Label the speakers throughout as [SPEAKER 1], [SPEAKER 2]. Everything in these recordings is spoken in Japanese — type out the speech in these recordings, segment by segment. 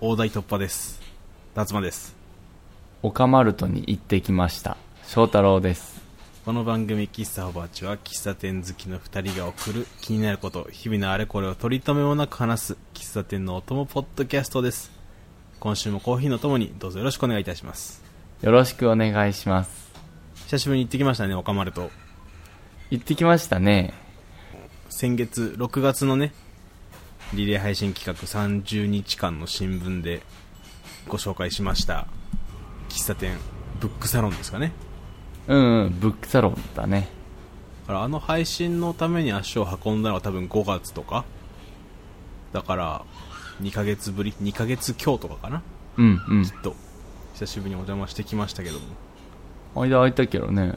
[SPEAKER 1] 大台突破です夏間です
[SPEAKER 2] オカマルトに行ってきました翔太郎です
[SPEAKER 1] この番組「喫茶ホバーチ」は喫茶店好きの2人が送る気になること日々のあれこれを取り留めもなく話す喫茶店のお供ポッドキャストです今週もコーヒーのともにどうぞよろしくお願いいたします
[SPEAKER 2] よろしくお願いします
[SPEAKER 1] 久しぶりに行ってきましたねオカマルト
[SPEAKER 2] 行ってきましたね
[SPEAKER 1] 先月6月のねリレー配信企画30日間の新聞でご紹介しました喫茶店ブックサロンですかね
[SPEAKER 2] うんうんブックサロンだね
[SPEAKER 1] だからあの配信のために足を運んだのは多分5月とかだから2ヶ月ぶり2ヶ月今日とかかな
[SPEAKER 2] うんうん
[SPEAKER 1] と久しぶりにお邪魔してきましたけども
[SPEAKER 2] 間空いたけどね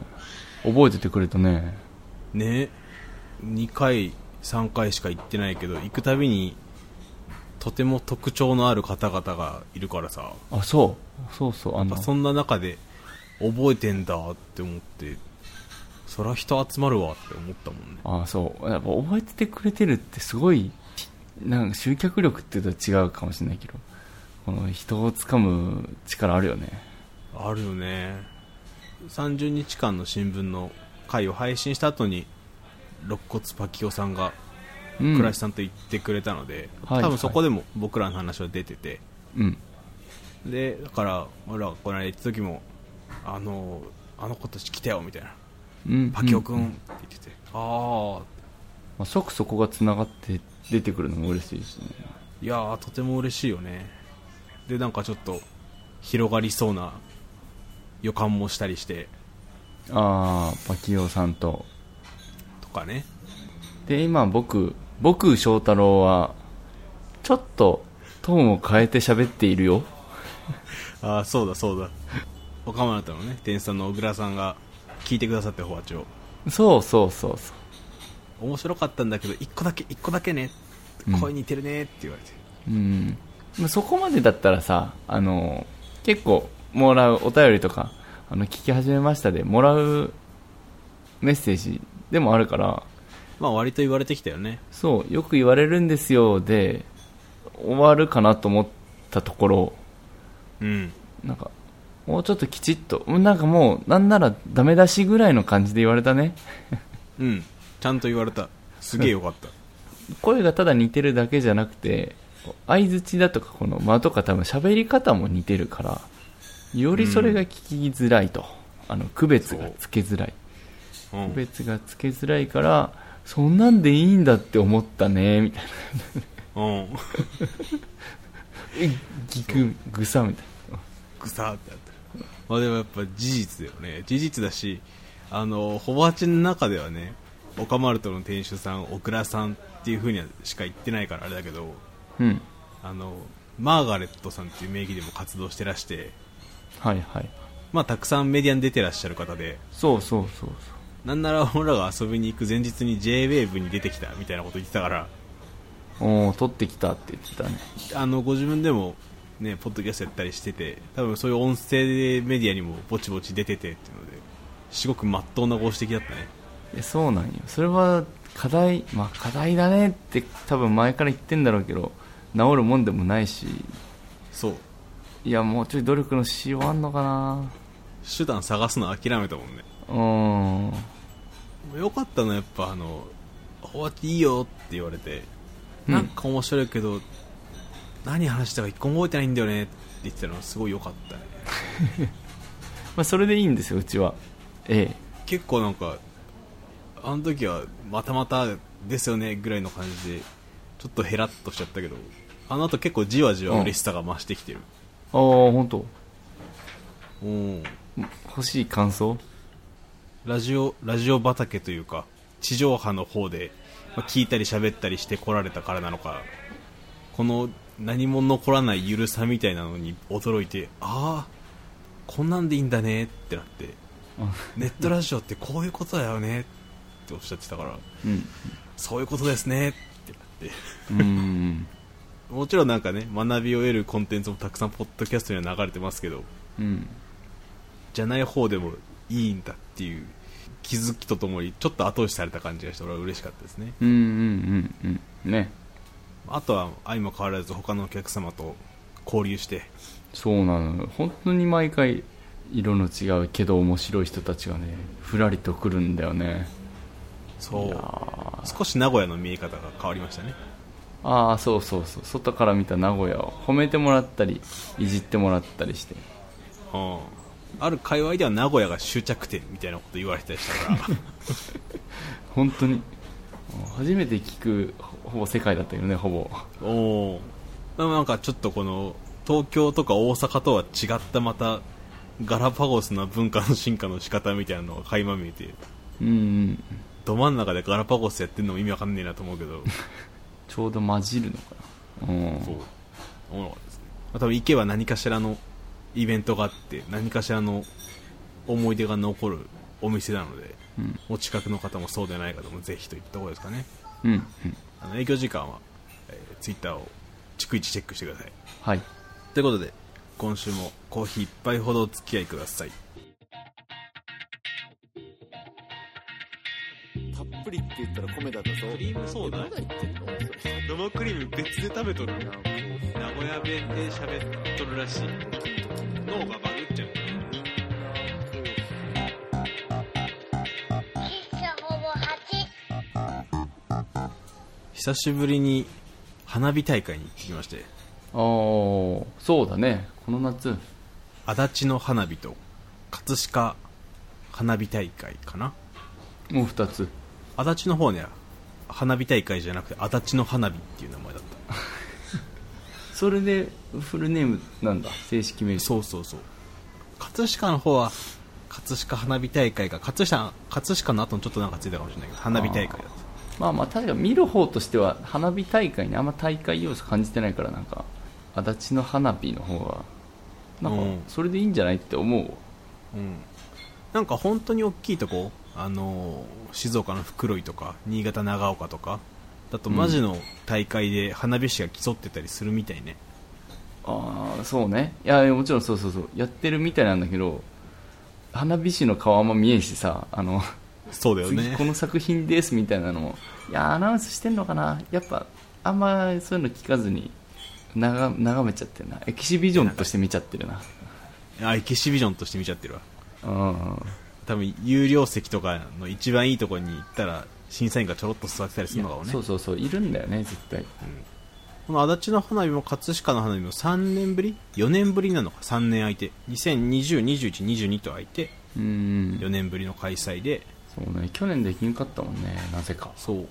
[SPEAKER 2] 覚えててくれたね
[SPEAKER 1] ね2回3回しか行ってないけど行くたびにとても特徴のある方々がいるからさ
[SPEAKER 2] あそうそうそうあ
[SPEAKER 1] ま
[SPEAKER 2] の
[SPEAKER 1] あそんな中で覚えてんだって思ってそら人集まるわって思ったもんね
[SPEAKER 2] あそうやっぱ覚えててくれてるってすごいなんか集客力っていうと違うかもしれないけどこの人をつかむ力あるよね
[SPEAKER 1] あるよね30日間の新聞の回を配信した後に肋骨パキオさんが
[SPEAKER 2] うん
[SPEAKER 1] 倉石さんと行ってくれたので、
[SPEAKER 2] はい
[SPEAKER 1] 多分そこでも僕らの話は出てて、
[SPEAKER 2] うん
[SPEAKER 1] でだから俺らがこの間行った時もあのあの子たち来たよみたいな
[SPEAKER 2] うん
[SPEAKER 1] 「パキオ
[SPEAKER 2] う
[SPEAKER 1] 君」
[SPEAKER 2] ん
[SPEAKER 1] って言ってて、ああ
[SPEAKER 2] まあ、即そこがつながって出てくるのも嬉しいしね
[SPEAKER 1] いやーとても嬉しいよねでなんかちょっと広がりそうな予感もしたりして
[SPEAKER 2] ああパキオさんと
[SPEAKER 1] とかね
[SPEAKER 2] で今僕僕翔太郎はちょっとトーンを変えて喋っているよ
[SPEAKER 1] ああそうだそうだ岡村とのね店員さんの小倉さんが聞いてくださってフォアチを
[SPEAKER 2] そうそうそうそう
[SPEAKER 1] 面白かったんだけど一個だけ一個だけね
[SPEAKER 2] うん
[SPEAKER 1] 声似てるねって言われて、
[SPEAKER 2] うんまあそこまでだったらさあの結構もらうお便りとかあの聞き始めましたでもらうメッセージでもあるから
[SPEAKER 1] まあ割と言われてきたよね
[SPEAKER 2] そうよく言われるんですよで終わるかなと思ったところ
[SPEAKER 1] うん
[SPEAKER 2] なんかもうちょっときちっとうんなんかもうなんならダメ出しぐらいの感じで言われたね
[SPEAKER 1] うんちゃんと言われたすげえよかった
[SPEAKER 2] 声がただ似てるだけじゃなくてこう相づちだとかこの間とか多分喋り方も似てるからよりそれが聞きづらいと、あの区別がつけづらい
[SPEAKER 1] うん、
[SPEAKER 2] 区別がつけづらいからそんなんでいいんだって思ったねみたいな
[SPEAKER 1] うん、
[SPEAKER 2] えぎくぐさみたいな
[SPEAKER 1] ぐさーってあったまあでもやっぱ事実だよね事実だしあのホバーチの中ではね岡丸との店主さん小倉さんっていうふうにはしか言ってないからあれだけど
[SPEAKER 2] うん
[SPEAKER 1] あのマーガレットさんっていう名義でも活動してらして
[SPEAKER 2] はいはい
[SPEAKER 1] まあたくさんメディアに出てらっしゃる方で
[SPEAKER 2] そうそうそうそう
[SPEAKER 1] なんなら俺らが遊びに行く前日に JWAVE に出てきたみたいなこと言ってたから
[SPEAKER 2] おお取ってきたって言ってたね
[SPEAKER 1] あのご自分でもねポッドキャストやったりしてて多分そういう音声メディアにもぼちぼち出ててっていうのですごく真っ当なご指摘だったね
[SPEAKER 2] えそうなんよそれは課題まあ課題だねって多分前から言ってんだろうけど治るもんでもないし
[SPEAKER 1] そう
[SPEAKER 2] いやもうちょい努力のしようあんのかな
[SPEAKER 1] 手段探すの諦めたもんね
[SPEAKER 2] うーん
[SPEAKER 1] よかったのはやっぱあの「終わっていいよ」って言われて、
[SPEAKER 2] うん
[SPEAKER 1] なんか面白いけど何話したか一個も覚えてないんだよねって言ってたのはすごい良かったね
[SPEAKER 2] まあ、それでいいんですようちはえ
[SPEAKER 1] 結構なんかあの時はまたまたですよねぐらいの感じでちょっとヘラッとしちゃったけどあの後結構じわじわ嬉しさが増してきてる、
[SPEAKER 2] えああ本当
[SPEAKER 1] うん、
[SPEAKER 2] 欲しい感想
[SPEAKER 1] ラジオラジオ畑というか地上波の方で、まあ聞いたり喋ったりしてこられたからなのかこの何も残らないゆるさみたいなのに驚いてああこんなんでいいんだねってなって
[SPEAKER 2] あ
[SPEAKER 1] ネットラジオってこういうことだよねっておっしゃってたから
[SPEAKER 2] うん
[SPEAKER 1] そういうことですねってなって
[SPEAKER 2] うーん
[SPEAKER 1] もちろんなんかね学びを得るコンテンツもたくさんポッドキャストには流れてますけど
[SPEAKER 2] うん
[SPEAKER 1] じゃない方でもいいんだっていう気づきとともにちょっと後押しされた感じがして俺は嬉しかったですね
[SPEAKER 2] うんうんうんうんね
[SPEAKER 1] あとは相も変わらず他のお客様と交流して
[SPEAKER 2] そうなのよ本当に毎回色の違うけど面白い人たちがねふらりと来るんだよね
[SPEAKER 1] そ
[SPEAKER 2] いや
[SPEAKER 1] う
[SPEAKER 2] ー
[SPEAKER 1] 少し名古屋の見え方が変わりましたね
[SPEAKER 2] ああそうそうそう外から見た名古屋を褒めてもらったりいじってもらったりして
[SPEAKER 1] うんある界隈では名古屋が終着点みたいなこと言われてたりしたから
[SPEAKER 2] 本当に初めて聞くほほぼ世界だったよねほぼ
[SPEAKER 1] おおなんかちょっとこの東京とか大阪とは違ったまたガラパゴスな文化の進化の仕方みたいなのが垣間見えて
[SPEAKER 2] うんうん
[SPEAKER 1] ど真ん中でガラパゴスやってるのも意味わかんねえなと思うけど
[SPEAKER 2] ちょうど混じるのかなうん
[SPEAKER 1] そうおもろかったですねまあ多分行けば何かしらのイベントがあって何かしらの思い出が残るお店なので、
[SPEAKER 2] うん
[SPEAKER 1] お近くの方もそうでない方もぜひといったところですかね
[SPEAKER 2] うんうん
[SPEAKER 1] あの営業時間は、えー、ツイッターを逐一チェックしてください
[SPEAKER 2] はい
[SPEAKER 1] ということで今週もコーヒー一杯ほどお付き合いください
[SPEAKER 3] たっぷりって言ったら米だったぞ。ク
[SPEAKER 1] リームソーダ
[SPEAKER 3] 言ってんの
[SPEAKER 1] 生クリーム別で食べとる名古屋弁で喋っとるらしい脳がバグっちゃう
[SPEAKER 4] Pizza Bobo Hattie.
[SPEAKER 1] 久しぶりに花火大会に行ってきまして
[SPEAKER 2] ああそうだねこの夏
[SPEAKER 1] 足立の花火と葛飾花火大会かな
[SPEAKER 2] もう2つ
[SPEAKER 1] 足立の方ね花火大会じゃなくて足立の花火っていう名前だった
[SPEAKER 2] それでフルネームなんだ正式名称
[SPEAKER 1] そうそうそう葛飾の方は葛飾花火大会が葛飾葛飾の後にちょっとなんかついたかもしれないけど花火大会だった
[SPEAKER 2] まあまあ確か見る方としては花火大会にあんま大会要素感じてないからなんか足立の花火の方がなんか
[SPEAKER 1] うん
[SPEAKER 2] それでいいんじゃないって思う
[SPEAKER 1] うん、なんか本当に大きいとこ、あのー静岡の袋井とか新潟長岡とかだとマジの大会で花火師が競ってたりするみたいね、
[SPEAKER 2] ああそうねいやもちろんそうそうそうやってるみたいなんだけど花火師の顔あんま見えんしさあの
[SPEAKER 1] そうだよ
[SPEAKER 2] 次
[SPEAKER 1] ね
[SPEAKER 2] この作品ですみたいなのもいやアナウンスしてんのかなやっぱあんまそういうの聞かずになが眺めちゃってるなエキシビジョンとして見ちゃってるな
[SPEAKER 1] あエキシビジョンとして見ちゃってるわ
[SPEAKER 2] うん
[SPEAKER 1] 多分有料席とかの一番いいとこに行ったら審査員がちょろっと座ってたりするのかもね
[SPEAKER 2] そうそうそういるんだよね絶対
[SPEAKER 1] この足立の花火も葛飾の花火も3年ぶり4年ぶりなのか3年空いて2020、21、22と空いて
[SPEAKER 2] うん
[SPEAKER 1] 4年ぶりの開催で
[SPEAKER 2] そうね去年できんかったもんねなぜか
[SPEAKER 1] そう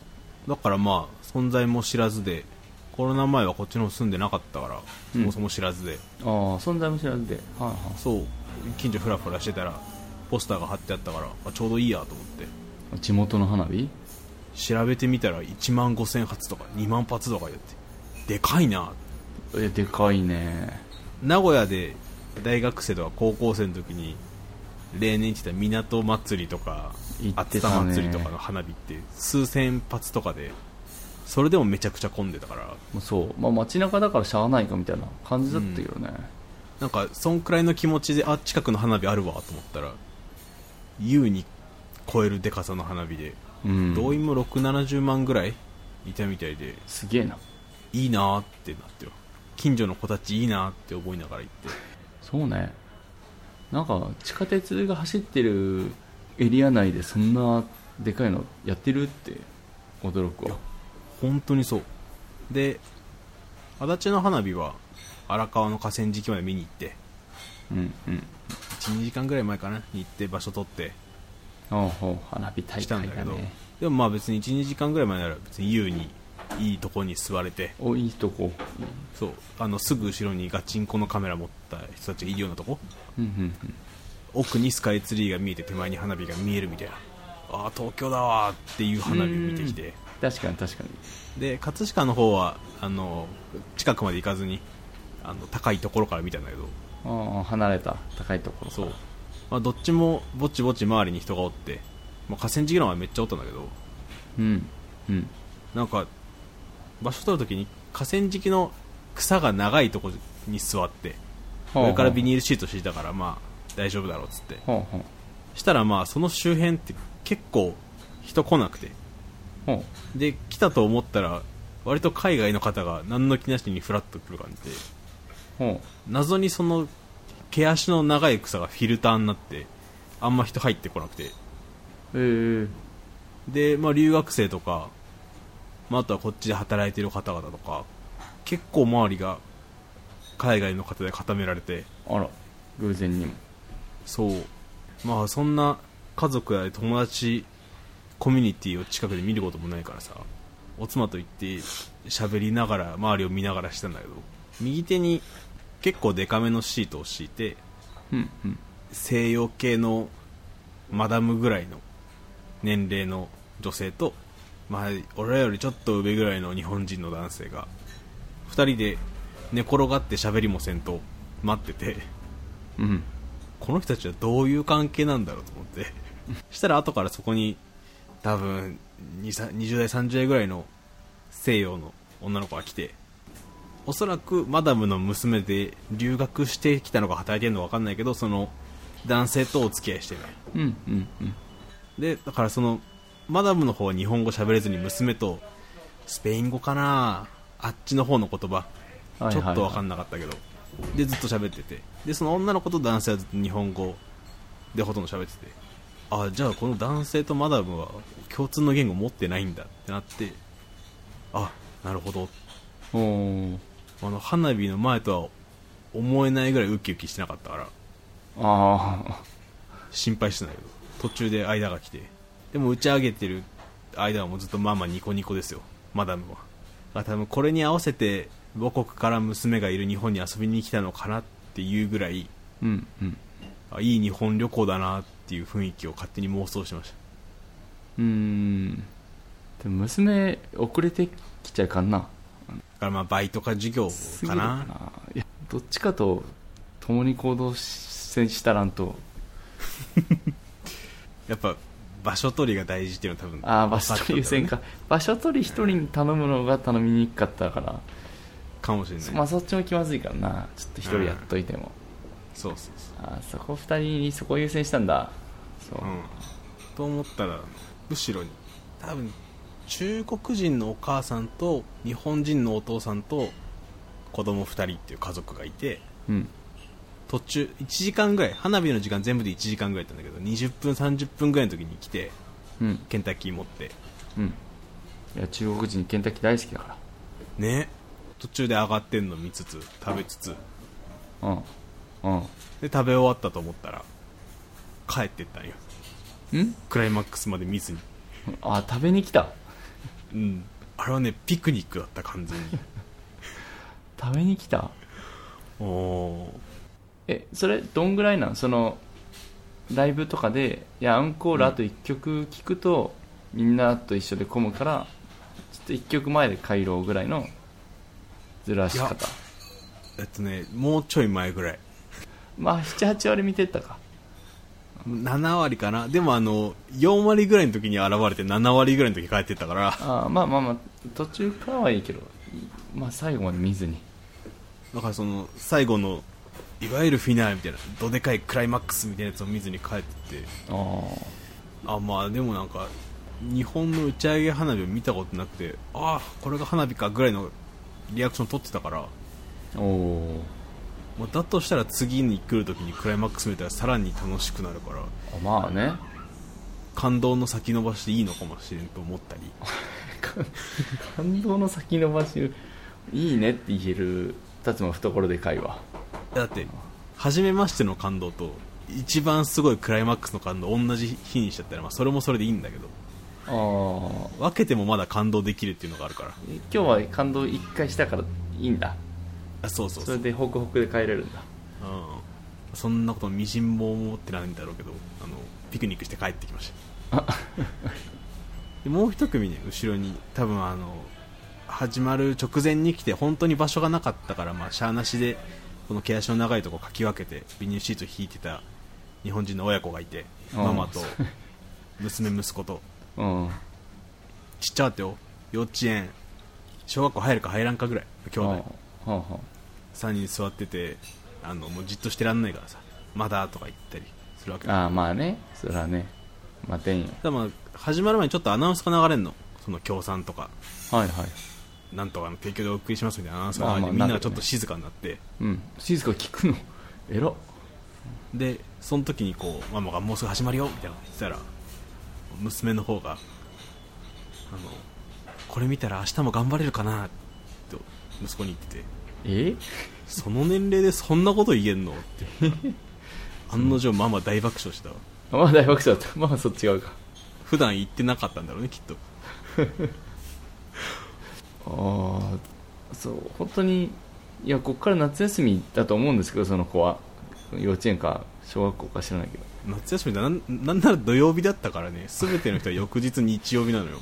[SPEAKER 1] だからまあ存在も知らずでコロナ前はこっちの方住んでなかったから、
[SPEAKER 2] ん
[SPEAKER 1] そもそも知らずで
[SPEAKER 2] ああ存在も知らずではいはい
[SPEAKER 1] そう近所フラフラしてたらポスターが貼ってあったからあちょうどいいやと思って
[SPEAKER 2] 地元の花火
[SPEAKER 1] 調べてみたら1万5000発とか2万発とかやってでかいな
[SPEAKER 2] えでかいね
[SPEAKER 1] 名古屋で大学生とか高校生の時に例年行ってた港祭りとか
[SPEAKER 2] 行って
[SPEAKER 1] 熱
[SPEAKER 2] たね
[SPEAKER 1] 田祭りとかの花火って数千発とかでそれでもめちゃくちゃ混んでたから
[SPEAKER 2] もうそう、まあ、街中だからしゃあないかみたいな感じだったけどね、
[SPEAKER 1] なんかそんくらいの気持ちであ近くの花火あるわと思ったら優に超えるでかさの花火で、
[SPEAKER 2] うん
[SPEAKER 1] 動員も670万ぐらいいたみたいです
[SPEAKER 2] げえない
[SPEAKER 1] いなーってなってよ近所の子たちいいなーって思いながら行って
[SPEAKER 2] そうねなんか地下鉄が走ってるエリア内でそんなでかいのやってるって驚くわ
[SPEAKER 1] 本当にそうで足立の花火は荒川の河川敷まで見に行って
[SPEAKER 2] うんうん
[SPEAKER 1] 12時間ぐらい前かなに行って場所取って
[SPEAKER 2] ああほう花火大
[SPEAKER 1] 来たん
[SPEAKER 2] 会
[SPEAKER 1] だけ
[SPEAKER 2] だ
[SPEAKER 1] ど、
[SPEAKER 2] ね
[SPEAKER 1] でもまあ別に12時間ぐらい前なら別に優にいいとこに座れて
[SPEAKER 2] おいいとこ
[SPEAKER 1] そうあのすぐ後ろにガチンコのカメラ持った人たちがいるようなとこ
[SPEAKER 2] うんうん
[SPEAKER 1] 奥にスカイツリーが見えて手前に花火が見えるみたいなああ東京だわーっていう花火を見てきて
[SPEAKER 2] 確かに確かに
[SPEAKER 1] で葛飾の方はあの近くまで行かずにあの高いところから見たんだけど
[SPEAKER 2] ああ離れた高いところ
[SPEAKER 1] そう、まあ、どっちもぼちぼち周りに人がおって、まあ、河川敷の方はめっちゃおったんだけど
[SPEAKER 2] うんうん
[SPEAKER 1] なんか場所取るときに河川敷の草が長いところに座って上からビニールシート敷いたからまあ大丈夫だろうっつって
[SPEAKER 2] ほうほう
[SPEAKER 1] したらまあその周辺って結構人来なくて
[SPEAKER 2] ほう
[SPEAKER 1] で来たと思ったら割と海外の方が何の気なしにフラッと来る感じで
[SPEAKER 2] ほ
[SPEAKER 1] 謎にその毛足の長い草がフィルターになってあんま人入ってこなくて
[SPEAKER 2] うええ
[SPEAKER 1] で、まあ、留学生とか、まあ、あとはこっちで働いてる方々とか結構周りが海外の方で固められて
[SPEAKER 2] あら偶然にも
[SPEAKER 1] そうまあそんな家族や友達コミュニティを近くで見ることもないからさお妻と行って喋りながら周りを見ながらしてたんだけど右手に結構デカめのシートを敷いて
[SPEAKER 2] うんうん
[SPEAKER 1] 西洋系のマダムぐらいの年齢の女性と、まあ、俺らよりちょっと上ぐらいの日本人の男性が2人で寝転がって喋りもせんと待ってて
[SPEAKER 2] うん
[SPEAKER 1] この人たちはどういう関係なんだろうと思ってしたら後からそこに多分20 20代30代ぐらいの西洋の女の子が来ておそらくマダムの娘で留学してきたのか働いてるのか分かんないけどその男性とお付き合いしてる
[SPEAKER 2] うんうんうん
[SPEAKER 1] でだからそのマダムの方は日本語喋れずに娘とスペイン語かなあっちの方の言葉
[SPEAKER 2] はいはいはい
[SPEAKER 1] ちょっと分かんなかったけど、でずっと喋っててでその女の子と男性はずっと日本語でほとんど喋っててあじゃあこの男性とマダムは共通の言語持ってないんだってなってあなるほど
[SPEAKER 2] おお
[SPEAKER 1] あの花火の前とは思えないぐらいウキウキしてなかったから
[SPEAKER 2] ああ
[SPEAKER 1] 心配してないけど途中で間が来てでも打ち上げてる間はもうずっとまあまあニコニコですよマダムはだから多分これに合わせて母国から娘がいる日本に遊びに来たのかなっていうぐらい
[SPEAKER 2] うんうん
[SPEAKER 1] あいい日本旅行だなっていう雰囲気を勝手に妄想してました
[SPEAKER 2] うーんでも娘遅れてきちゃいかんな
[SPEAKER 1] だからまあバイトか授業
[SPEAKER 2] すぎ
[SPEAKER 1] か
[SPEAKER 2] る
[SPEAKER 1] ない
[SPEAKER 2] やどっちかと共に行動ししたらんと
[SPEAKER 1] やっぱ場所取りが大事っていうのは多分
[SPEAKER 2] ああ場所取り優先か、場所取り一人に頼むのが頼みにくかったから、
[SPEAKER 1] かもしれない
[SPEAKER 2] まあそっちも気まずいからなちょっと一人やっといても、
[SPEAKER 1] そうそうそ
[SPEAKER 2] ああそこ二人にそこ優先したんだそう
[SPEAKER 1] う、うん、と思ったら後ろに多分中国人のお母さんと日本人のお父さんと子供2人っていう家族がいて
[SPEAKER 2] うん
[SPEAKER 1] 途中1時間ぐらい花火の時間全部で1時間ぐらいだったんだけど20分30分ぐらいの時に来て
[SPEAKER 2] うん
[SPEAKER 1] ケンタッキー持って
[SPEAKER 2] うんいや中国人ケンタッキー大好きだか
[SPEAKER 1] ね途中で上がってんの見つつ食べつつ
[SPEAKER 2] らうんうん
[SPEAKER 1] で食べ終わったと思ったら帰ってったんよ
[SPEAKER 2] ん
[SPEAKER 1] クライマックスまで見ずに
[SPEAKER 2] あ食べに来た
[SPEAKER 1] うんあれはねピクニックだった完全に
[SPEAKER 2] 食べに来た
[SPEAKER 1] お お
[SPEAKER 2] えそれどんぐらいなんそのライブとかでいやアンコールあと1曲聴くと、みんなと一緒で混むからちょっと1曲前で帰ろうぐらいのずらし
[SPEAKER 1] いや
[SPEAKER 2] 方
[SPEAKER 1] えっとねもうちょい前ぐらい
[SPEAKER 2] まあ78割見てったか
[SPEAKER 1] 7割かなでもあの4割ぐらいの時に現れて7割ぐらいの時帰ってったから
[SPEAKER 2] あーまあまあまあ途中からはいいけど、まあ、最後まで見ずに
[SPEAKER 1] だからその最後のいわゆるフィナーレみたいなどでかいクライマックスみたいなやつを見ずに帰ってって
[SPEAKER 2] ああ
[SPEAKER 1] あまあでもなんか日本の打ち上げ花火を見たことなくてああこれが花火かぐらいのリアクション取ってたから、
[SPEAKER 2] おお
[SPEAKER 1] まあ、だとしたら次に来る時にクライマックス見たらさらに楽しくなるから
[SPEAKER 2] まあね
[SPEAKER 1] 感動の先延ばしでいいのかもしれんと思ったり
[SPEAKER 2] 感動の先延ばしいいねって言える2つも懐でかいわ
[SPEAKER 1] だって初めましての感動と一番すごいクライマックスの感動を同じ日にしちゃったら、まあ、それもそれでいいんだけど
[SPEAKER 2] ああ
[SPEAKER 1] 分けてもまだ感動できるっていうのがあるから
[SPEAKER 2] え今日は感動1回したからいいんだ
[SPEAKER 1] あそうそう
[SPEAKER 2] そ
[SPEAKER 1] そう
[SPEAKER 2] れでホクホクで帰れるんだ
[SPEAKER 1] うん、そんなことみじんも思ってないんだろうけどあのピクニックして帰ってきましたでもう一組ね後ろに多分あの始まる直前に来て本当に場所がなかったからまあしゃあなしでこの毛足の長いとこかき分けてビニールシート引いてた日本人の親子がいて
[SPEAKER 2] あー
[SPEAKER 1] ママと娘息子と
[SPEAKER 2] うんあ
[SPEAKER 1] ちっちゃかったよ幼稚園小学校入るか入らんかぐらい兄
[SPEAKER 2] あ
[SPEAKER 1] 弟
[SPEAKER 2] あは
[SPEAKER 1] 3人座っててあのもうじっとしてらんないからさまだとか言ったりするわけ
[SPEAKER 2] あああまあねそれはね待てんよ
[SPEAKER 1] ただまあ始まる前にちょっとアナウンスが流れんのその協賛とか
[SPEAKER 2] はいはい
[SPEAKER 1] なんとかの提供でお送りしますみたいなアナウンスが
[SPEAKER 2] まあまあ
[SPEAKER 1] みんな
[SPEAKER 2] な
[SPEAKER 1] が
[SPEAKER 2] るね
[SPEAKER 1] ちょっと静かになって、
[SPEAKER 2] うん静か聞くのえら
[SPEAKER 1] でその時にこうママがもうすぐ始まるよみたいなこと言ってたら娘の方があのこれ見たら明日も頑張れるかなと息子に言ってて
[SPEAKER 2] え
[SPEAKER 1] その年齢でそんなこと言えんのって 案の定ママ大爆笑したわ
[SPEAKER 2] まあ大爆笑だったまあそっち側か
[SPEAKER 1] 普段言ってなかったんだろうねきっと
[SPEAKER 2] ああそう本当にいやこっから夏休みだと思うんですけどその子は幼稚園か小学校か知らないけど
[SPEAKER 1] 夏休みだなんなんなら土曜日だったからね全ての人は翌日日曜日なのよ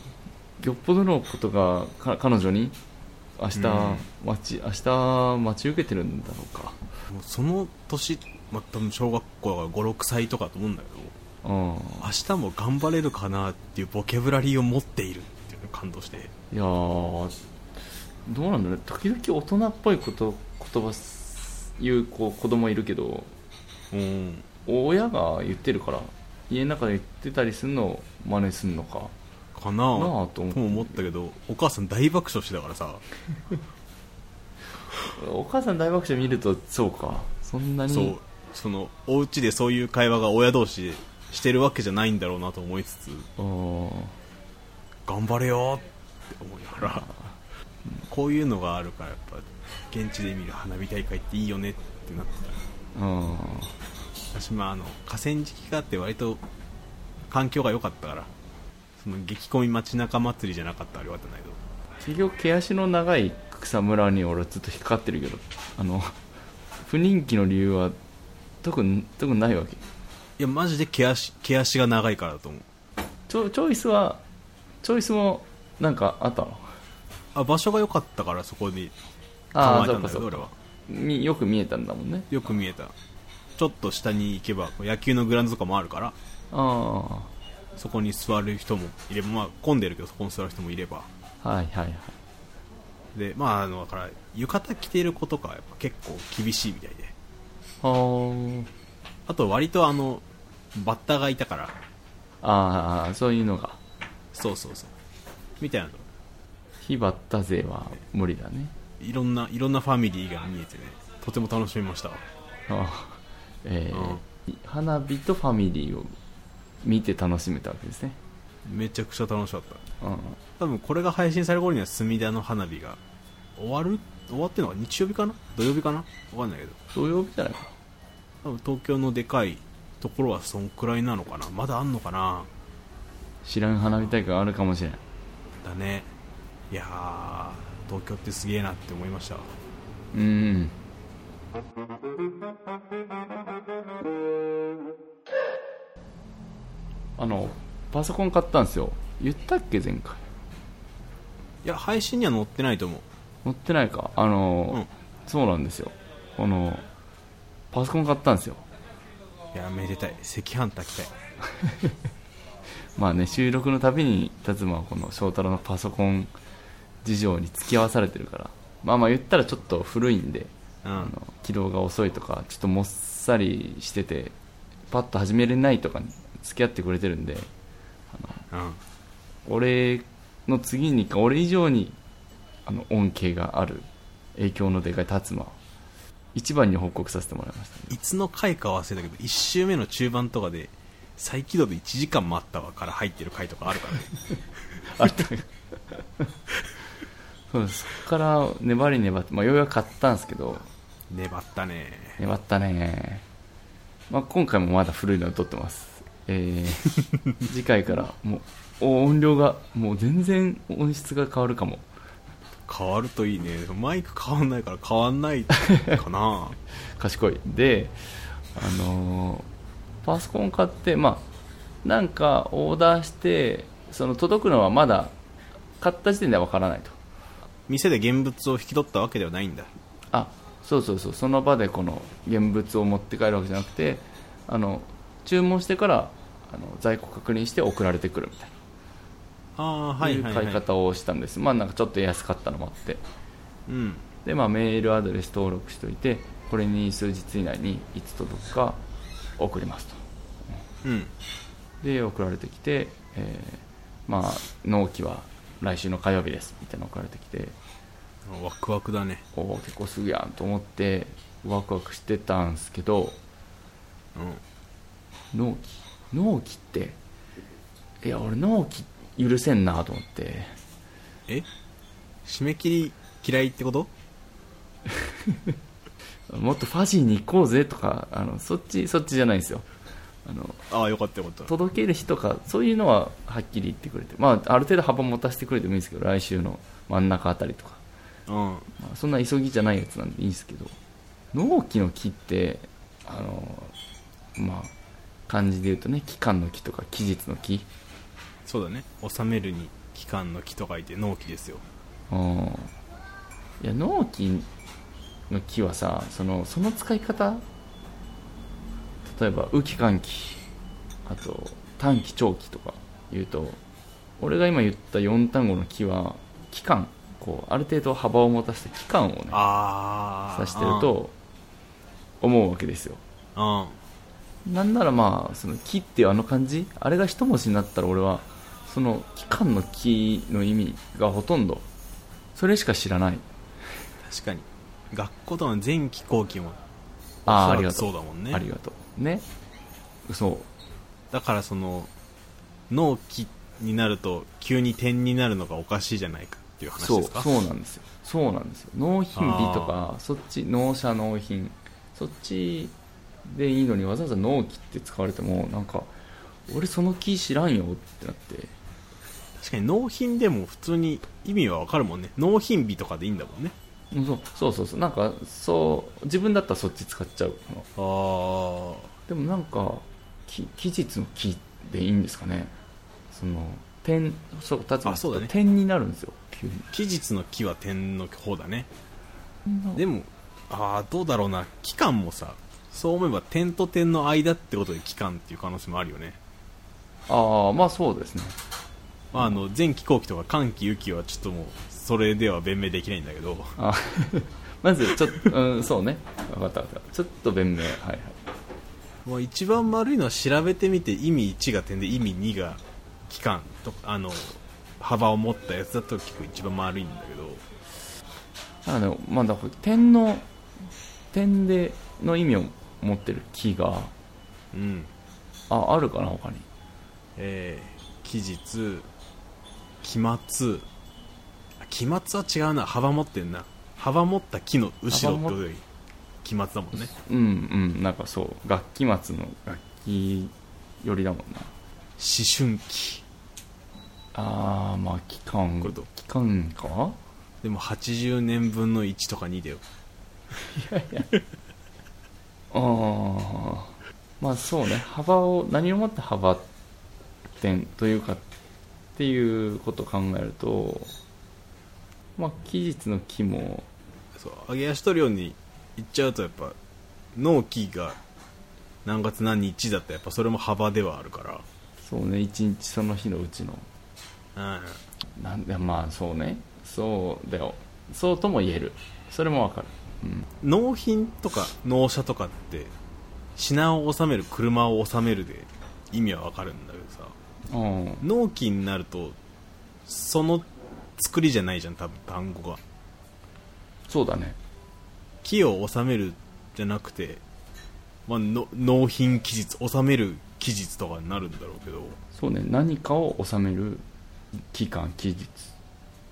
[SPEAKER 2] よっぽどのことがか彼女に明日
[SPEAKER 1] うん
[SPEAKER 2] 待ち、明日待ち受けてるんだろうか
[SPEAKER 1] もうその年、まあ、多分小学校が56歳とかと思うんだけど
[SPEAKER 2] う
[SPEAKER 1] 明日も頑張れるかなっていうボキャブラリーを持っているっていうのに感動して
[SPEAKER 2] んいやーどうなんだろうね時々大人っぽいこと言葉す言う子子供いるけど
[SPEAKER 1] うん
[SPEAKER 2] 親が言ってるから家の中で言ってたりするのを真似するのか
[SPEAKER 1] かなぁ
[SPEAKER 2] なあと思って
[SPEAKER 1] も思ったけどお母さん大爆笑してたからさ
[SPEAKER 2] お母さん大爆笑見るとそうかそんなに
[SPEAKER 1] そうそのお家でそういう会話が親同士でしてるわけじゃないんだろうなと思いつつ
[SPEAKER 2] うん
[SPEAKER 1] 頑張れよって思いながらこういうのがあるからやっぱ現地で見る花火大会っていいよねってなって
[SPEAKER 2] うん
[SPEAKER 1] た私まああの河川敷があって割と環境が良かったからその激混み街中祭りじゃなかったらよかったんだけど
[SPEAKER 2] 結局毛足の長い草むらに俺はずっと引っかかってるけどあの 不人気の理由は特に特にないわけ
[SPEAKER 1] いやマジで毛足毛足が長いからだと思う
[SPEAKER 2] チョチョイスはチョイスもなんかあったの
[SPEAKER 1] あ場所が良かったからそこに構
[SPEAKER 2] ああ
[SPEAKER 1] え
[SPEAKER 2] そ
[SPEAKER 1] た
[SPEAKER 2] うん
[SPEAKER 1] だ
[SPEAKER 2] か
[SPEAKER 1] け
[SPEAKER 2] そ
[SPEAKER 1] ど
[SPEAKER 2] う
[SPEAKER 1] 俺
[SPEAKER 2] か
[SPEAKER 1] は
[SPEAKER 2] みよく見えたんだもんね
[SPEAKER 1] よく見えたちょっと下に行けばこう野球のグラウンドとかもあるから
[SPEAKER 2] あ
[SPEAKER 1] そこに座る人もいれば、まあ、混んでるけどそこに座る人もいれば
[SPEAKER 2] あはいはいはい
[SPEAKER 1] でまああのだから浴衣着てる子とかはやっぱ結構厳しいみたいで
[SPEAKER 2] あー
[SPEAKER 1] あと割とあのバッターがいたから
[SPEAKER 2] あーそういうのが
[SPEAKER 1] そうそうそうみたいなの
[SPEAKER 2] 非バッタ勢は無理だね
[SPEAKER 1] いろんないろんなファミリーが見えてねとても楽しみましたわ
[SPEAKER 2] あえー花火とファミリーを見て楽しめたわけですね、
[SPEAKER 1] めちゃくちゃ楽しかった
[SPEAKER 2] うん、
[SPEAKER 1] 多分これが配信される頃には隅田の花火が終わる終わってるのが日曜日かな土曜日かなわかんないけど
[SPEAKER 2] 土曜日じゃないか
[SPEAKER 1] 多分東京のでかいところはそんくらいなのかなまだあんのかな
[SPEAKER 2] 知らん花火大会があるかもしれない
[SPEAKER 1] だねいやー東京ってすげえなって思いました
[SPEAKER 2] うんあのパソコン買ったんですよ言ったっけ前回
[SPEAKER 1] いや配信には載ってないと思う
[SPEAKER 2] 載ってないかあの、
[SPEAKER 1] うん
[SPEAKER 2] そうなんですよこのパソコン買ったんですよ
[SPEAKER 1] いやめでたい赤飯炊きたい
[SPEAKER 2] まあね収録のたびに達馬はこの翔太郎のパソコン事情に付き合わされてるからまあまあ言ったらちょっと古いんで、
[SPEAKER 1] う
[SPEAKER 2] あ
[SPEAKER 1] ん
[SPEAKER 2] の起動が遅いとかちょっともっさりしててパッと始めれないとかに付き合ってくれてるんで
[SPEAKER 1] うん
[SPEAKER 2] 俺の次にか俺以上にあの恩恵がある影響のでかい達馬を一番に報告させてもらいましたね
[SPEAKER 1] いつの回か忘れたけど1周目の中盤とかで再起動で1時間待ったわから入ってる回とかある からね
[SPEAKER 2] あったそうですそこから粘り粘って、まあ、ようやく買ったんですけど
[SPEAKER 1] 粘ったね
[SPEAKER 2] 粘ったね、まあ、今回もまだ古いのを撮ってます、えー次回からもうお音量がもう全然音質が変わるかも
[SPEAKER 1] 変わるといいねマイク変わんないから変わんないか な
[SPEAKER 2] 賢いであのーパソコン買ってまあなんかオーダーしてその届くのはまだ買った時点ではわからないと
[SPEAKER 1] 店で現物を引き取ったわけではないんだ
[SPEAKER 2] あそうそうそうその場でこの現物を持って帰るわけじゃなくてあの注文してからあの在庫確認して送られてくるみたいな
[SPEAKER 1] ああ
[SPEAKER 2] と
[SPEAKER 1] はいいうはい、
[SPEAKER 2] 買い
[SPEAKER 1] はい、
[SPEAKER 2] 方をしたんです、まあなんかちょっと安かったのもあって
[SPEAKER 1] うん
[SPEAKER 2] で、まあ、メールアドレス登録しておいてこれに数日以内にいつ届くか送りますと
[SPEAKER 1] うん
[SPEAKER 2] で送られてきて、えーまあ納期は来週の火曜日ですみたいなの送られてきて
[SPEAKER 1] ワクワクだね
[SPEAKER 2] おー結構すぐやんと思ってワクワクしてたんすけど
[SPEAKER 1] う
[SPEAKER 2] 納期納期っていや俺納期許せんなと思って
[SPEAKER 1] んえ締め切り嫌いってこと
[SPEAKER 2] もっとファジーに行こうぜとかあのそっちそっちじゃないんですよあの
[SPEAKER 1] ああよかったよかった
[SPEAKER 2] 届ける日とかそういうのははっきり言ってくれて、まあ、ある程度幅持たせてくれてもいいんですけど来週の真ん中あたりとか、
[SPEAKER 1] うん
[SPEAKER 2] まあ、そんな急ぎじゃないやつなんでいいんですけど納期の期ってあのまあ漢字で言うとね期間の期とか期日の期
[SPEAKER 1] そうだね収めるに期間の期と書いて納期ですよ
[SPEAKER 2] うんいや納期の期はさそのその使い方例えば雨季寒季あと短期長期とか言うと俺が今言った4単語の期は期間こうある程度幅を持たせて期間をね
[SPEAKER 1] ああ
[SPEAKER 2] 指してると思うわけですよ
[SPEAKER 1] うんうん
[SPEAKER 2] なんならまあその木っていうあの漢字あれが一文字になったら俺はその期間の木の意味がほとんどそれしか知らない
[SPEAKER 1] 確かに学校との前期後期も
[SPEAKER 2] ああ
[SPEAKER 1] お
[SPEAKER 2] あ
[SPEAKER 1] そ
[SPEAKER 2] り
[SPEAKER 1] ら
[SPEAKER 2] が
[SPEAKER 1] く
[SPEAKER 2] と
[SPEAKER 1] そううだもん
[SPEAKER 2] あり
[SPEAKER 1] ね
[SPEAKER 2] がとうねそ
[SPEAKER 1] だからその納期になると急に点になるのがおかしいじゃないかっていう
[SPEAKER 2] う
[SPEAKER 1] 話
[SPEAKER 2] そ
[SPEAKER 1] で
[SPEAKER 2] う
[SPEAKER 1] すか
[SPEAKER 2] そうなんですよそうなんですよ納品日とかそっち納車納品そっちでいいのにわざわざ納期って使われてもなんか俺その木知らんよってなって
[SPEAKER 1] 確かに納品でも普通に意味はわかるもんね納品日とかでいいんだもんね
[SPEAKER 2] うんそうそうそうそうなんかそう自分だったらそっち使っちゃうの
[SPEAKER 1] あ
[SPEAKER 2] でもなんかき期日の期でいいんですかねその点そう立
[SPEAKER 1] あそうだね
[SPEAKER 2] 点になるんですよ急に
[SPEAKER 1] 期日の期は点の方だねでもああどうだろうな期間もさそう思えば点と点の間ってことで期間っていう可能性もあるよね、
[SPEAKER 2] ああまあそうですね
[SPEAKER 1] まあ、あの前期後期とか寒期雨季はちょっともうそれでは弁明できないんだけど
[SPEAKER 2] あ まずちょっと、うん、そうね分かった分かったちょっと弁明はいはい
[SPEAKER 1] まあ、一番悪いのは調べてみて意味1が点で意味2が期間とあの幅を持ったやつだと結構一番丸いんだけど
[SPEAKER 2] だからねまあだから点の点での意味を持ってる期が
[SPEAKER 1] うん
[SPEAKER 2] ああるかな他に
[SPEAKER 1] えー、期日期末あ期末は違うな幅持ってんな幅持った木の後ろってことで期末だもんね
[SPEAKER 2] うんうんなんかそう楽器末の楽器寄りだもんな
[SPEAKER 1] 思春期
[SPEAKER 2] ああまあ期間
[SPEAKER 1] こと
[SPEAKER 2] 期間か
[SPEAKER 1] でも80年分の1とか2だよ
[SPEAKER 2] ああまあそうね幅を何をもって幅点というかっていうことを考えるとまあ期日の期も
[SPEAKER 1] そう揚げ足取るようにいっちゃうとやっぱ納期が何月何日だったらやっぱそれも幅ではあるか
[SPEAKER 2] そうね一日その日のうちの
[SPEAKER 1] らうん
[SPEAKER 2] なんでまあそうねそうだよそうとも言えるそれもわかるうん
[SPEAKER 1] 納品とか納車とかって品を納める車を納めるで意味はわかるんだけどさ
[SPEAKER 2] うん
[SPEAKER 1] 納期になるとその作りじゃないじゃん多分単語が
[SPEAKER 2] そうだね
[SPEAKER 1] 木を納めるじゃなくて、まあ、の納品期日納める期日とかになるんだろうけど
[SPEAKER 2] そうね何かを収める期間期日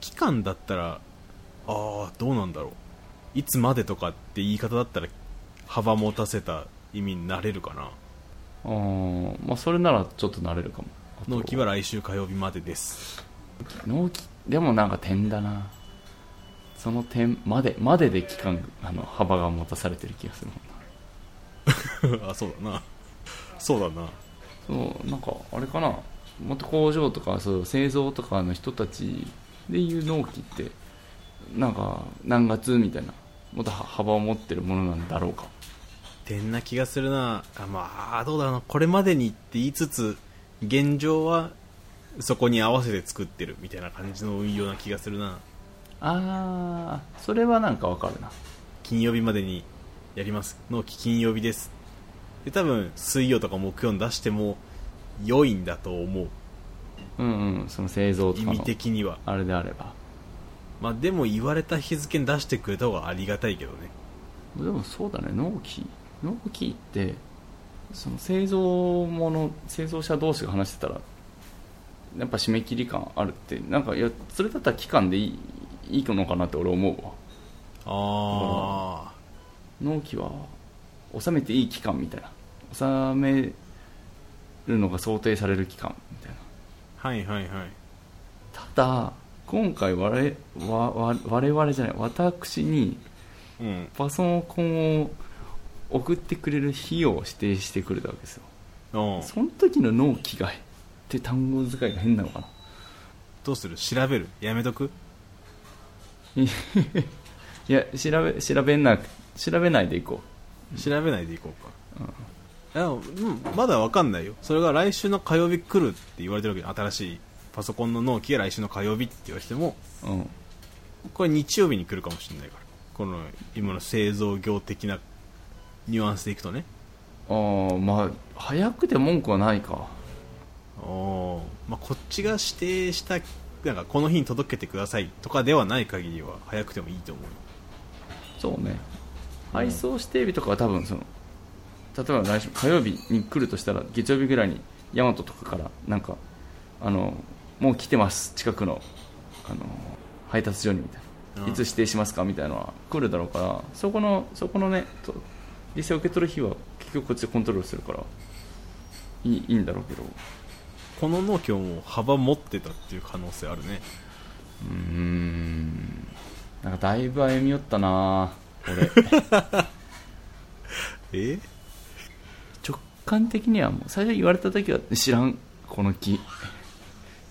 [SPEAKER 1] 期間だったらああどうなんだろういつまでとかって言い方だったら幅持たせた意味になれるかな
[SPEAKER 2] あーまあそれならちょっと慣れるかもあと
[SPEAKER 1] 納期は来週火曜日までです
[SPEAKER 2] 納期でもなんか点だなその点までまでで期間あの幅が持たされてる気がする
[SPEAKER 1] あそうだなそうだな
[SPEAKER 2] もんなそうなんかあれかなもっと工場とかそう製造とかの人たちでいう納期ってなんか何月みたいなもっとは幅を持ってるものなんだろうか
[SPEAKER 1] 点な気がするなあまあどうだろうなこれまでにって言いつつ現状はそこに合わせて作ってるみたいな感じの運用な気がするな
[SPEAKER 2] あーそれはなんかわかるな
[SPEAKER 1] 金曜日までにやります納期金曜日ですで多分水曜とか木曜に出しても良いんだと思う
[SPEAKER 2] うんうんその製造と
[SPEAKER 1] 意
[SPEAKER 2] か
[SPEAKER 1] 味
[SPEAKER 2] の
[SPEAKER 1] 的には
[SPEAKER 2] あれであれば
[SPEAKER 1] まあでも言われた日付に出してくれた方がありがたいけどね
[SPEAKER 2] でもそうだね納期納期ってその製造もの製造者同士が話してたらやっぱ締め切り感あるってなんかいやそれだったら期間でいいいいのかなって俺思うわ
[SPEAKER 1] あ
[SPEAKER 2] 納期は納めていい期間みたいな納めるのが想定される期間みたいな
[SPEAKER 1] あはいはいはい
[SPEAKER 2] ただ今回我々わわ我々じゃない私に
[SPEAKER 1] うん
[SPEAKER 2] パソコンを送ってくれる費用を指定してくれたわけですよ
[SPEAKER 1] うん
[SPEAKER 2] その時の納期がって単語使いが変なのかな
[SPEAKER 1] どうする調べるやめとく
[SPEAKER 2] いや調べ調べなく調べないでいこ
[SPEAKER 1] 調べないでいこうか、いやうんまだわかんないよそれが来週の火曜日来るって言われてるわけで新しいパソコンの納期が来週の火曜日って言われても
[SPEAKER 2] う、うん、
[SPEAKER 1] これ日曜日に来るかもしれないからこの今の製造業的なニュアンスでいくとね
[SPEAKER 2] ああまあ早くて文句はないか
[SPEAKER 1] おーまあ、こっちが指定したなんかこの日に届けてくださいとかではない限りは早くてもいいと思うよ
[SPEAKER 2] そうね配送指定日とかは多分その例えば来週火曜日に来るとしたら月曜日ぐらいにヤマトとかからなんかあのもう来てます近くのあの配達所にみたいな、
[SPEAKER 1] うん
[SPEAKER 2] いつ指定しますかみたいなのは来るだろうからそこのそこのねと実際受け取る日は結局こっちでコントロールするからいいいいんだろうけど
[SPEAKER 1] この納期をもう幅持ってたっていう可能性あるね
[SPEAKER 2] うーんなんかだいぶ歩み寄ったな俺
[SPEAKER 1] え
[SPEAKER 2] 直感的にはもう最初言われた時は知らんこの木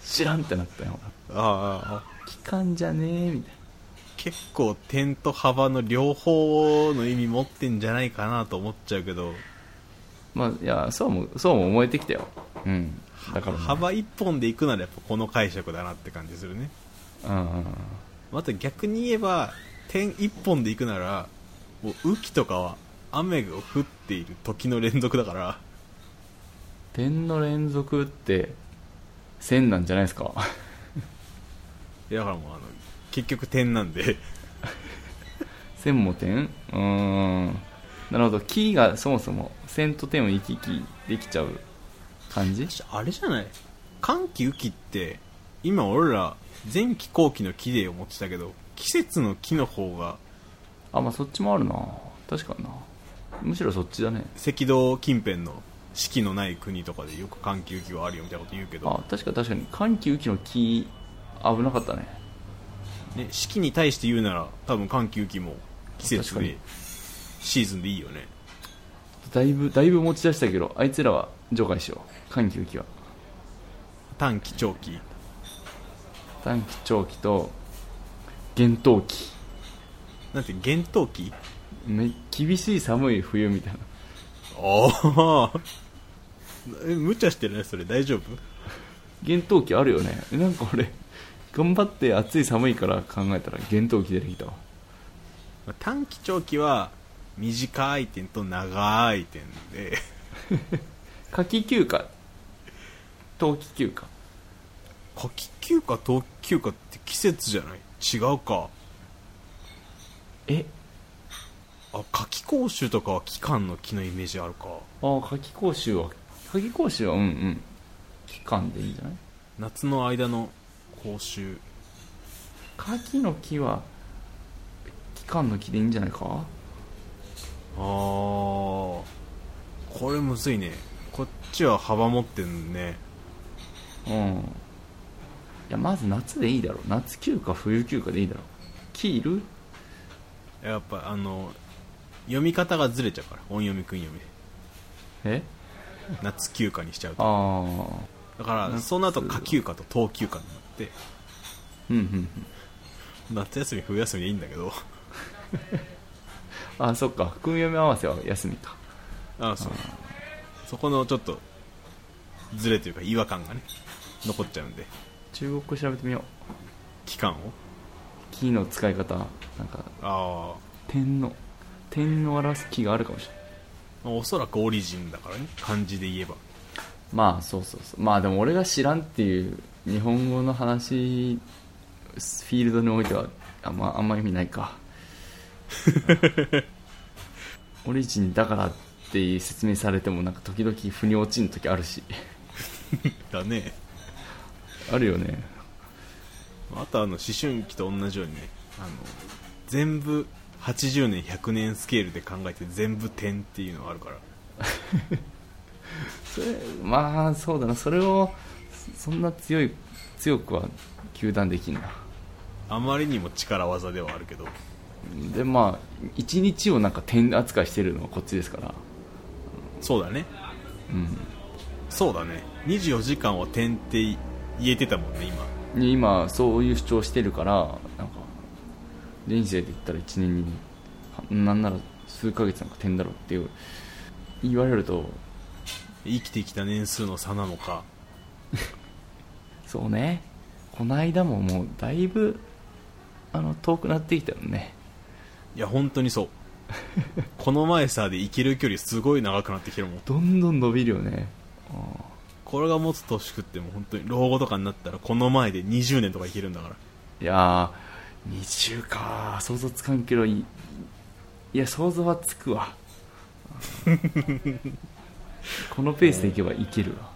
[SPEAKER 2] 知らんってなったよ
[SPEAKER 1] ああ
[SPEAKER 2] 期間じゃねえみたい
[SPEAKER 1] 結構点と幅の両方の意味持ってんじゃないかなと思っちゃうけど
[SPEAKER 2] なまあいやそうもそうも思えてきたようんだからね、
[SPEAKER 1] 幅一本でいくならやっぱこの解釈だなって感じするね
[SPEAKER 2] うんうんうん
[SPEAKER 1] また逆に言えば点一本でいくならもう雨季とかは雨が降っている時の連続だから
[SPEAKER 2] 点の連続って線なんじゃないですか
[SPEAKER 1] いやだからもうあの結局点なんで
[SPEAKER 2] 線も点うーんなるほどキーがそもそも線と点を行き来できちゃう感じ
[SPEAKER 1] 私あれじゃない寒気雨季って今俺ら前期後期の季で思ってたけど季節の季の方が
[SPEAKER 2] あまあそっちもあるな確かになむしろそっちだね
[SPEAKER 1] 赤道近辺の四季のない国とかでよく寒気雨季はあるよみたいなこと言うけど、
[SPEAKER 2] あ確か確かに寒気雨季の木危なかったね
[SPEAKER 1] ね、四季に対して言うなら多分寒気雨季も季節
[SPEAKER 2] 確か
[SPEAKER 1] で
[SPEAKER 2] に
[SPEAKER 1] シーズンでいいよね
[SPEAKER 2] だいぶだいぶ持ち出したけどあいつらは除外しよう寒気雨季は
[SPEAKER 1] 短期長期
[SPEAKER 2] 短期長期と厳冬期
[SPEAKER 1] なんて厳冬期
[SPEAKER 2] め厳しい寒い冬みたいな
[SPEAKER 1] ああ え無茶してるねそれ大丈夫
[SPEAKER 2] 厳冬期あるよねえなんか俺頑張って暑い寒いから考えたら厳冬期出てきたわ
[SPEAKER 1] まあ短期長期は短い点と長い点で
[SPEAKER 2] 夏季休暇冬季休暇
[SPEAKER 1] 夏季休暇冬季休暇って季節じゃない違うか
[SPEAKER 2] え
[SPEAKER 1] あ夏季講習とかは期間の期のイメージあるか
[SPEAKER 2] ああ夏季講習は夏季講習はうんうん期間でいいんじゃない
[SPEAKER 1] 夏の間の講習
[SPEAKER 2] 夏季の木は期間の木でいいんじゃないか
[SPEAKER 1] ああこれむずいねこっちは幅持ってんね
[SPEAKER 2] うんいやまず夏でいいだろう夏休暇冬休暇でいいだろうキール
[SPEAKER 1] やっぱあの読み方がずれちゃうから音読み訓読み
[SPEAKER 2] え
[SPEAKER 1] で夏休暇にしちゃうと
[SPEAKER 2] ああ
[SPEAKER 1] だから
[SPEAKER 2] 夏
[SPEAKER 1] その後夏休暇と冬休暇になって
[SPEAKER 2] うんうんうん
[SPEAKER 1] 夏休み冬休みでいいんだけど
[SPEAKER 2] あそっか訓読み合わせは休みか
[SPEAKER 1] あそうそこのちょっとズレというか違和感がね残っちゃうんで
[SPEAKER 2] 中国語調べてみよう
[SPEAKER 1] 期間を
[SPEAKER 2] 木の使い方なんか
[SPEAKER 1] あ
[SPEAKER 2] 点の点を表す木があるかもしれない
[SPEAKER 1] あおそらくオリジンだからね漢字で言えば
[SPEAKER 2] まあそうそうそうまあでも俺が知らんっていう日本語の話フィールドにおいてはあんまあんま意味ないかオリジンだからって説明されてもなんか時々腑に落ちん時あるし
[SPEAKER 1] だね
[SPEAKER 2] あるよね
[SPEAKER 1] あとあの思春期と同じようにねあの全部80年100年スケールで考えて全部点っていうのがあるから
[SPEAKER 2] それまあそうだなそれをそそんな強い強くは糾弾できんな
[SPEAKER 1] あまりにも力技ではあるけど
[SPEAKER 2] でまあ一日をなんか点扱いしてるのはこっちですから
[SPEAKER 1] そうだね
[SPEAKER 2] うん
[SPEAKER 1] そうだね24時間を点って言えてたもんね今
[SPEAKER 2] に今そういう主張してるからなんか人生で言ったら1年になんなら数ヶ月なんか点だろっていう言われると
[SPEAKER 1] 生きてきた年数の差なのか
[SPEAKER 2] そうねこの間ももうだいぶあの遠くなってきたよね
[SPEAKER 1] いや本当にそう この前さで行ける距離すごい長くなってきてるもん
[SPEAKER 2] どんどん伸びるよねあ
[SPEAKER 1] これが持つ年食っても本当に老後とかになったらこの前で20年とかいけるんだから
[SPEAKER 2] ーいやー20か想像つかんけどいいいや想像はつくわこのペースでいけばいけるわ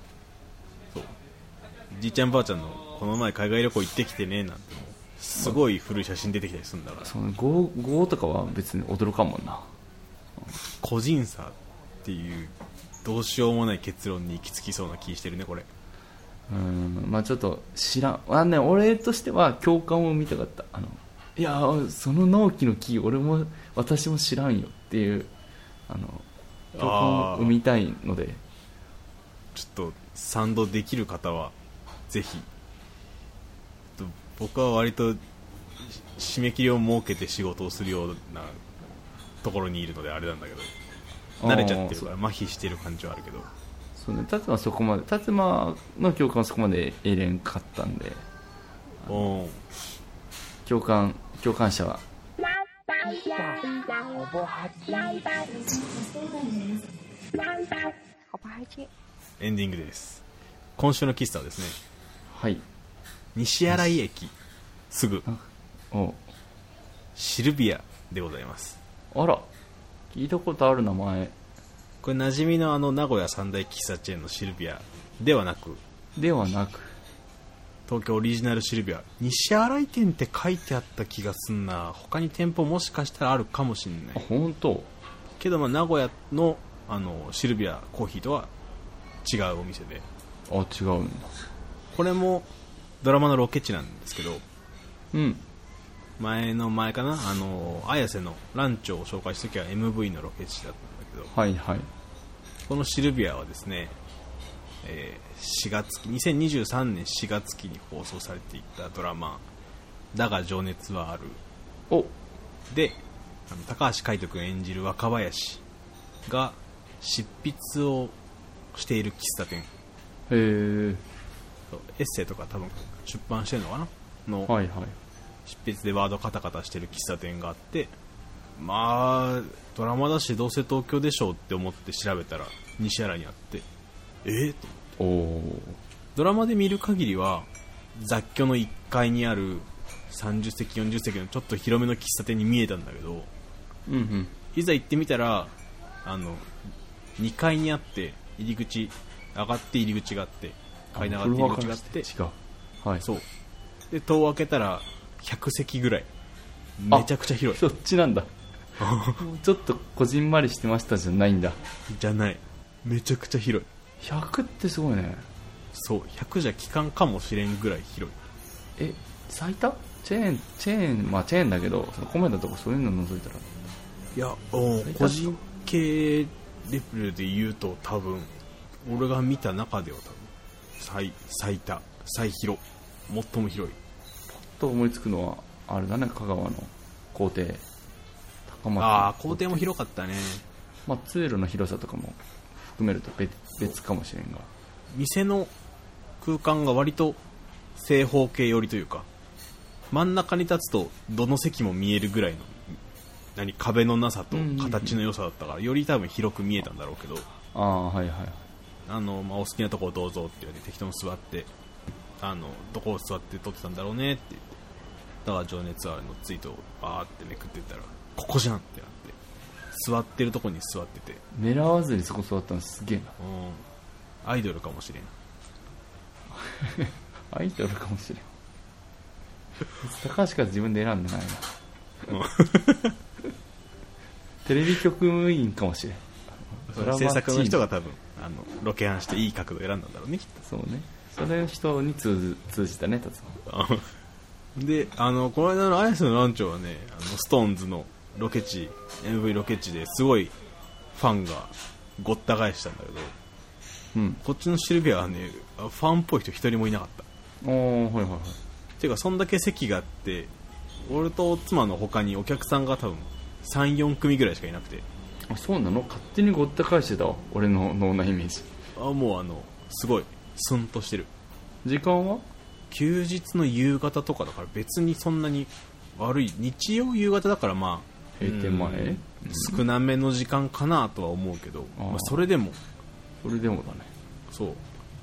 [SPEAKER 1] じいちゃんばあちゃんのこの前海外旅行行ってきてねなんてすごい古い写真出てきたりするんだから
[SPEAKER 2] その 5, 5とかは別に驚かんもんな
[SPEAKER 1] 個人差っていうどうしようもない結論に行き着きそうな気してるねこれ
[SPEAKER 2] うんまあちょっと知らんあね俺としては共感を見たかったあのいやーその納期の木俺も私も知らんよっていうあの共感を生みたいので
[SPEAKER 1] ちょっと賛同できる方はぜひと僕は割とし締め切りを設けて仕事をするようなところにいるのであれなんだけど慣れちゃってるから麻痺してる感じはあるけど
[SPEAKER 2] あーそうそうね達馬はそこまで達馬の共感はそこまで得れんかったんで
[SPEAKER 1] おー
[SPEAKER 2] 共感共感者は
[SPEAKER 1] エンディングです今週の喫茶はですね
[SPEAKER 2] はい
[SPEAKER 1] 西新井駅すぐ
[SPEAKER 2] お
[SPEAKER 1] シルビアでございます
[SPEAKER 2] あら聞いたことある名前
[SPEAKER 1] これ馴染みのあの名古屋三大喫茶チェーンのシルビアではなく
[SPEAKER 2] ではなく
[SPEAKER 1] 東京オリジナルシルビア西新井店って書いてあった気がすんな他に店舗もしかしたらあるかもしんな
[SPEAKER 2] あ
[SPEAKER 1] い
[SPEAKER 2] 本当
[SPEAKER 1] けどまあ名古屋のあのシルビアコーヒーとは違うお店で
[SPEAKER 2] あ違うんだ
[SPEAKER 1] これもドラマのロケ地なんですけど
[SPEAKER 2] うん
[SPEAKER 1] 前の前かなあの綾瀬のランチョを紹介した時は MV のロケ地だったんだけど
[SPEAKER 2] はいはい
[SPEAKER 1] このシルビアはですね、えー4月期2023年4月期に放送されていたドラマ「だが情熱はある
[SPEAKER 2] お」
[SPEAKER 1] であの高橋海人君演じる若林が執筆をしている喫茶店
[SPEAKER 2] へえ
[SPEAKER 1] そうエッセイとか多分出版してるのかなの
[SPEAKER 2] はいはい
[SPEAKER 1] 執筆でワードカタカタしてる喫茶店があってまあドラマだしどうせ東京でしょうって思って調べたら西原にあってえー、と
[SPEAKER 2] おお
[SPEAKER 1] ドラマで見る限りは雑居の1階にある30席40席のちょっと広めの喫茶店に見えたんだけど
[SPEAKER 2] うんうん
[SPEAKER 1] いざ行ってみたらあの2階にあって入り口上がって入り口があって階段上がって入り口があって
[SPEAKER 2] 違うはい
[SPEAKER 1] そうで戸を開けたら100席ぐらいめちゃくちゃ広い
[SPEAKER 2] そっち なんだもうちょっとこじんまりしてましたじゃないんだ
[SPEAKER 1] じゃないめちゃくちゃ広い
[SPEAKER 2] 100ってすごいね
[SPEAKER 1] そう100じゃ効かんかもしれんぐらい広い
[SPEAKER 2] え最多チェーンチェーンまあチェーンだけどそのコメントとかそういうの除いたら
[SPEAKER 1] いやお
[SPEAKER 2] 最多
[SPEAKER 1] 個人系レベルで言うと多分俺が見た中では多分最最多最広最も広い
[SPEAKER 2] と思いつくのはあれだね香川の校庭高松
[SPEAKER 1] ああ校庭も広かったね
[SPEAKER 2] まあ、通路の広さとかも含めると別別かもしれんが
[SPEAKER 1] 店の空間が割と正方形寄りというか真ん中に立つとどの席も見えるぐらいの何壁のなさと形の良さだったからより多分広く見えたんだろうけど
[SPEAKER 2] ああはいはいはい
[SPEAKER 1] あの、まあ、お好きなとこをどうぞって言われて適当に座ってあのどこを座って撮ってたんだろうねって言って芥川情熱あるのツイートをバーってめくってたらここじゃんってなって座ってるとこに座ってて、
[SPEAKER 2] 狙わずにそこ座ったのすげえな
[SPEAKER 1] うん、アイドルかもしれん
[SPEAKER 2] アイドルかもしれん高橋から自分で選んでないな
[SPEAKER 1] うん
[SPEAKER 2] テレビ局務員かもしれん
[SPEAKER 1] そ
[SPEAKER 2] ド
[SPEAKER 1] れ
[SPEAKER 2] ラマ
[SPEAKER 1] 制作の人が
[SPEAKER 2] チ
[SPEAKER 1] 多分あのロケハンしていい角度選んだんだろうねきっ
[SPEAKER 2] ームそうねそれの人に通ず通じたね達也
[SPEAKER 1] と であのこの間のアイスのランチョはねあのストーンズのロケ地 MV ロケ地ですごいファンがごった返したんだけど
[SPEAKER 2] うん
[SPEAKER 1] こっちのシルビアはねファンっぽい人一人もいなかった
[SPEAKER 2] おおはいはいはい
[SPEAKER 1] ていうかそんだけ席があって俺と妻の他にお客さんが多分34組ぐらいしかいなくて
[SPEAKER 2] あそうなの勝手にごった返してたわ俺の脳内イメージ
[SPEAKER 1] あもうあのすごいスンとしてる
[SPEAKER 2] 時間は
[SPEAKER 1] 休日の夕方とかだから別にそんなに悪い日曜夕方だからまあ
[SPEAKER 2] 閉店前
[SPEAKER 1] うん少なめの時間かなとは思うけど、
[SPEAKER 2] あー
[SPEAKER 1] まあ、それでも
[SPEAKER 2] それでもだね
[SPEAKER 1] そう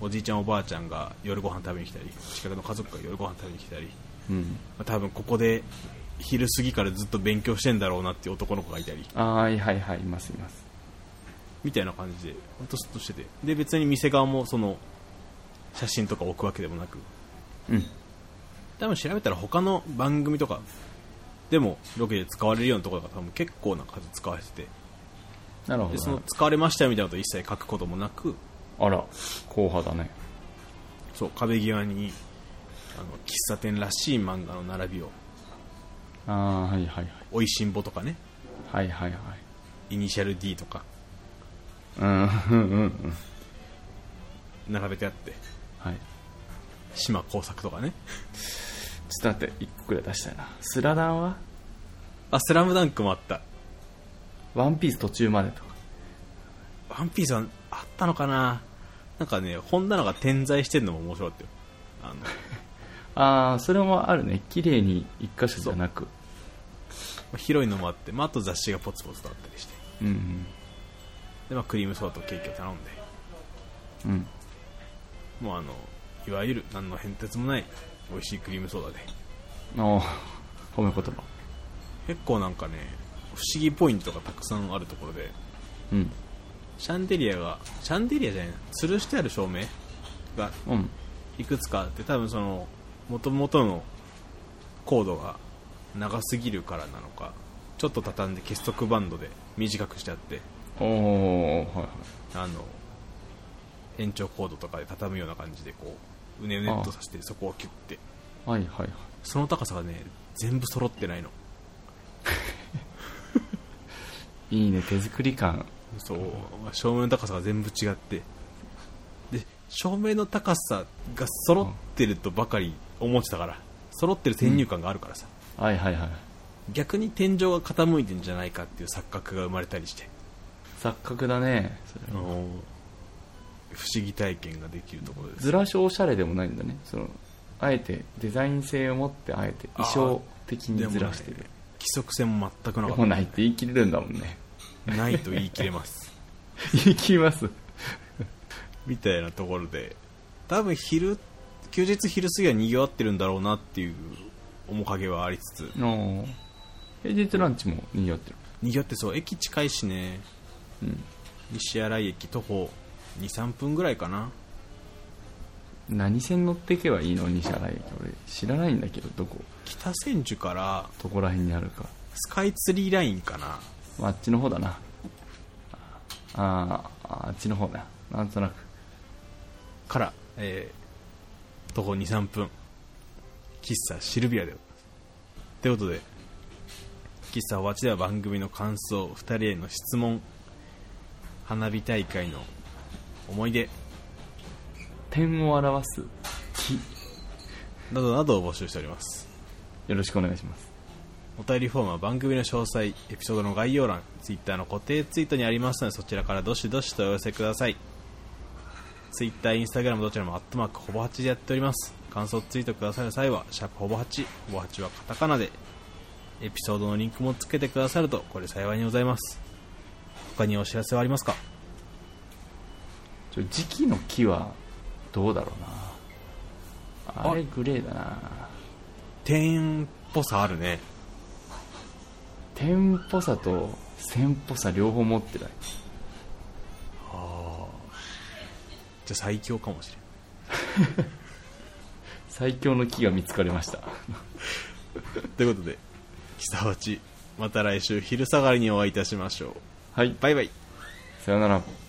[SPEAKER 1] おじいちゃんおばあちゃんが夜ご飯食べに来たり近くの家族が夜ご飯食べに来たり、
[SPEAKER 2] うん
[SPEAKER 1] まあ、多分ここで昼過ぎからずっと勉強してんだろうなっていう男の子がいたり
[SPEAKER 2] あーはいはいはいいますいます
[SPEAKER 1] みたいな感じでほんとスッとしててで別に店側もその写真とか置くわけでもなく
[SPEAKER 2] うん
[SPEAKER 1] 多分調べたら他の番組とかでもロケで使われるようなところが多分結構な数使われてて
[SPEAKER 2] なるほ
[SPEAKER 1] でそ
[SPEAKER 2] ど
[SPEAKER 1] の
[SPEAKER 2] ね、
[SPEAKER 1] 使われましたよみたいなこと一切書くこともなく
[SPEAKER 2] あら硬派だね
[SPEAKER 1] そう壁際にあの喫茶店らしい漫画の並びを
[SPEAKER 2] ああはいはいはい
[SPEAKER 1] 「おいしんぼ」とかね
[SPEAKER 2] はいはいはい
[SPEAKER 1] 「イニシャル D」とか
[SPEAKER 2] うんうんうんうん
[SPEAKER 1] 並べてあって
[SPEAKER 2] はい
[SPEAKER 1] 「島耕作」とかね
[SPEAKER 2] ちょっと待って1個くらい出したいなスラダンは
[SPEAKER 1] あ「スラムダンクもあった
[SPEAKER 2] ワンピース途中までとか
[SPEAKER 1] 「ワンピースはあったのかななんかね本棚が点在してるのも面白かったよあの
[SPEAKER 2] ああそれもあるね綺麗に一箇所じゃなく
[SPEAKER 1] 広いのもあって、まあ、あと雑誌がポツポツとあったりして
[SPEAKER 2] うん
[SPEAKER 1] で、まあ、クリームソーダとケーキを頼んで
[SPEAKER 2] うんうん
[SPEAKER 1] もうあのいわゆる何の変哲もない美味しいクリームソーダで
[SPEAKER 2] おー褒め言葉
[SPEAKER 1] 結構なんかね不思議ポイントがたくさんあるところで
[SPEAKER 2] うん
[SPEAKER 1] シャンデリアがシャンデリアじゃないな吊るしてある照明が
[SPEAKER 2] うん
[SPEAKER 1] いくつかあって多分その元々のコードが長すぎるからなのかちょっと畳んで結束バンドで短くしてあって
[SPEAKER 2] おおはいはい
[SPEAKER 1] あの延長コードとかで畳むような感じでこううねうねっとさせてそこをキュッて
[SPEAKER 2] はいはいはい
[SPEAKER 1] その高さがね全部揃ってないの
[SPEAKER 2] いいね手作り感
[SPEAKER 1] そう、まあ照明の高さが全部違ってで照明の高さが揃ってるとばかり思ってたから揃ってる先入観があるからさ、
[SPEAKER 2] はいはいはい
[SPEAKER 1] 逆に天井が傾いてんじゃないかっていう錯覚が生まれたりして、
[SPEAKER 2] 錯覚だねそれ
[SPEAKER 1] あの不思議体験ができるところです
[SPEAKER 2] ずらしおしゃれでもないんだねそのあえてデザイン性を持ってあえて衣装的に
[SPEAKER 1] でもね
[SPEAKER 2] ずらしてる
[SPEAKER 1] 規則性も全くな
[SPEAKER 2] で
[SPEAKER 1] か
[SPEAKER 2] も
[SPEAKER 1] っ
[SPEAKER 2] ないって言い切れるんだもんね
[SPEAKER 1] たないと言い切れます
[SPEAKER 2] 言い切ります
[SPEAKER 1] みたいなところで多分昼休日昼過ぎはにぎわってるんだろうなっていう面影はありつつ
[SPEAKER 2] の平日ランチもにぎわってる
[SPEAKER 1] にぎわってそう駅近いしね
[SPEAKER 2] うん
[SPEAKER 1] 西新井駅徒歩23分ぐらいかな
[SPEAKER 2] 何線乗っていけばいいの西新井駅俺知らないんだけどどこ
[SPEAKER 1] 北千住から
[SPEAKER 2] どこら辺にあるか、
[SPEAKER 1] スカイツリーラインかな
[SPEAKER 2] まあ、あっちの方だなあーああっちの方だなんとなく
[SPEAKER 1] から、えー徒歩23分喫茶シルビアでございますということで喫茶おわちでは番組の感想2人への質問花火大会の思い出
[SPEAKER 2] 点を表す木
[SPEAKER 1] などなどを募集しております
[SPEAKER 2] よろしくお願いします
[SPEAKER 1] お便りフォームは番組の詳細エピソードの概要欄ツイッターの固定ツイートにありますのでそちらからどしどしとお寄せくださいツイッターインスタグラムどちらもアットマークほぼ8でやっております感想ツイートくださる際は「シャープほぼ8」ほぼ8はカタカナでエピソードのリンクもつけてくださるとこれ幸いにございます他にお知らせはありますか
[SPEAKER 2] ちょ時期の木はどうだろうなあれグレーだな
[SPEAKER 1] 点っぽさあるね
[SPEAKER 2] テンポさと線っぽさ両方持ってない
[SPEAKER 1] じゃあ最強かもしれん
[SPEAKER 2] 最強の木が見つかりました
[SPEAKER 1] ということで久八また来週昼下がりにお会いいたしましょう
[SPEAKER 2] はい
[SPEAKER 1] バイバイ
[SPEAKER 2] さよなら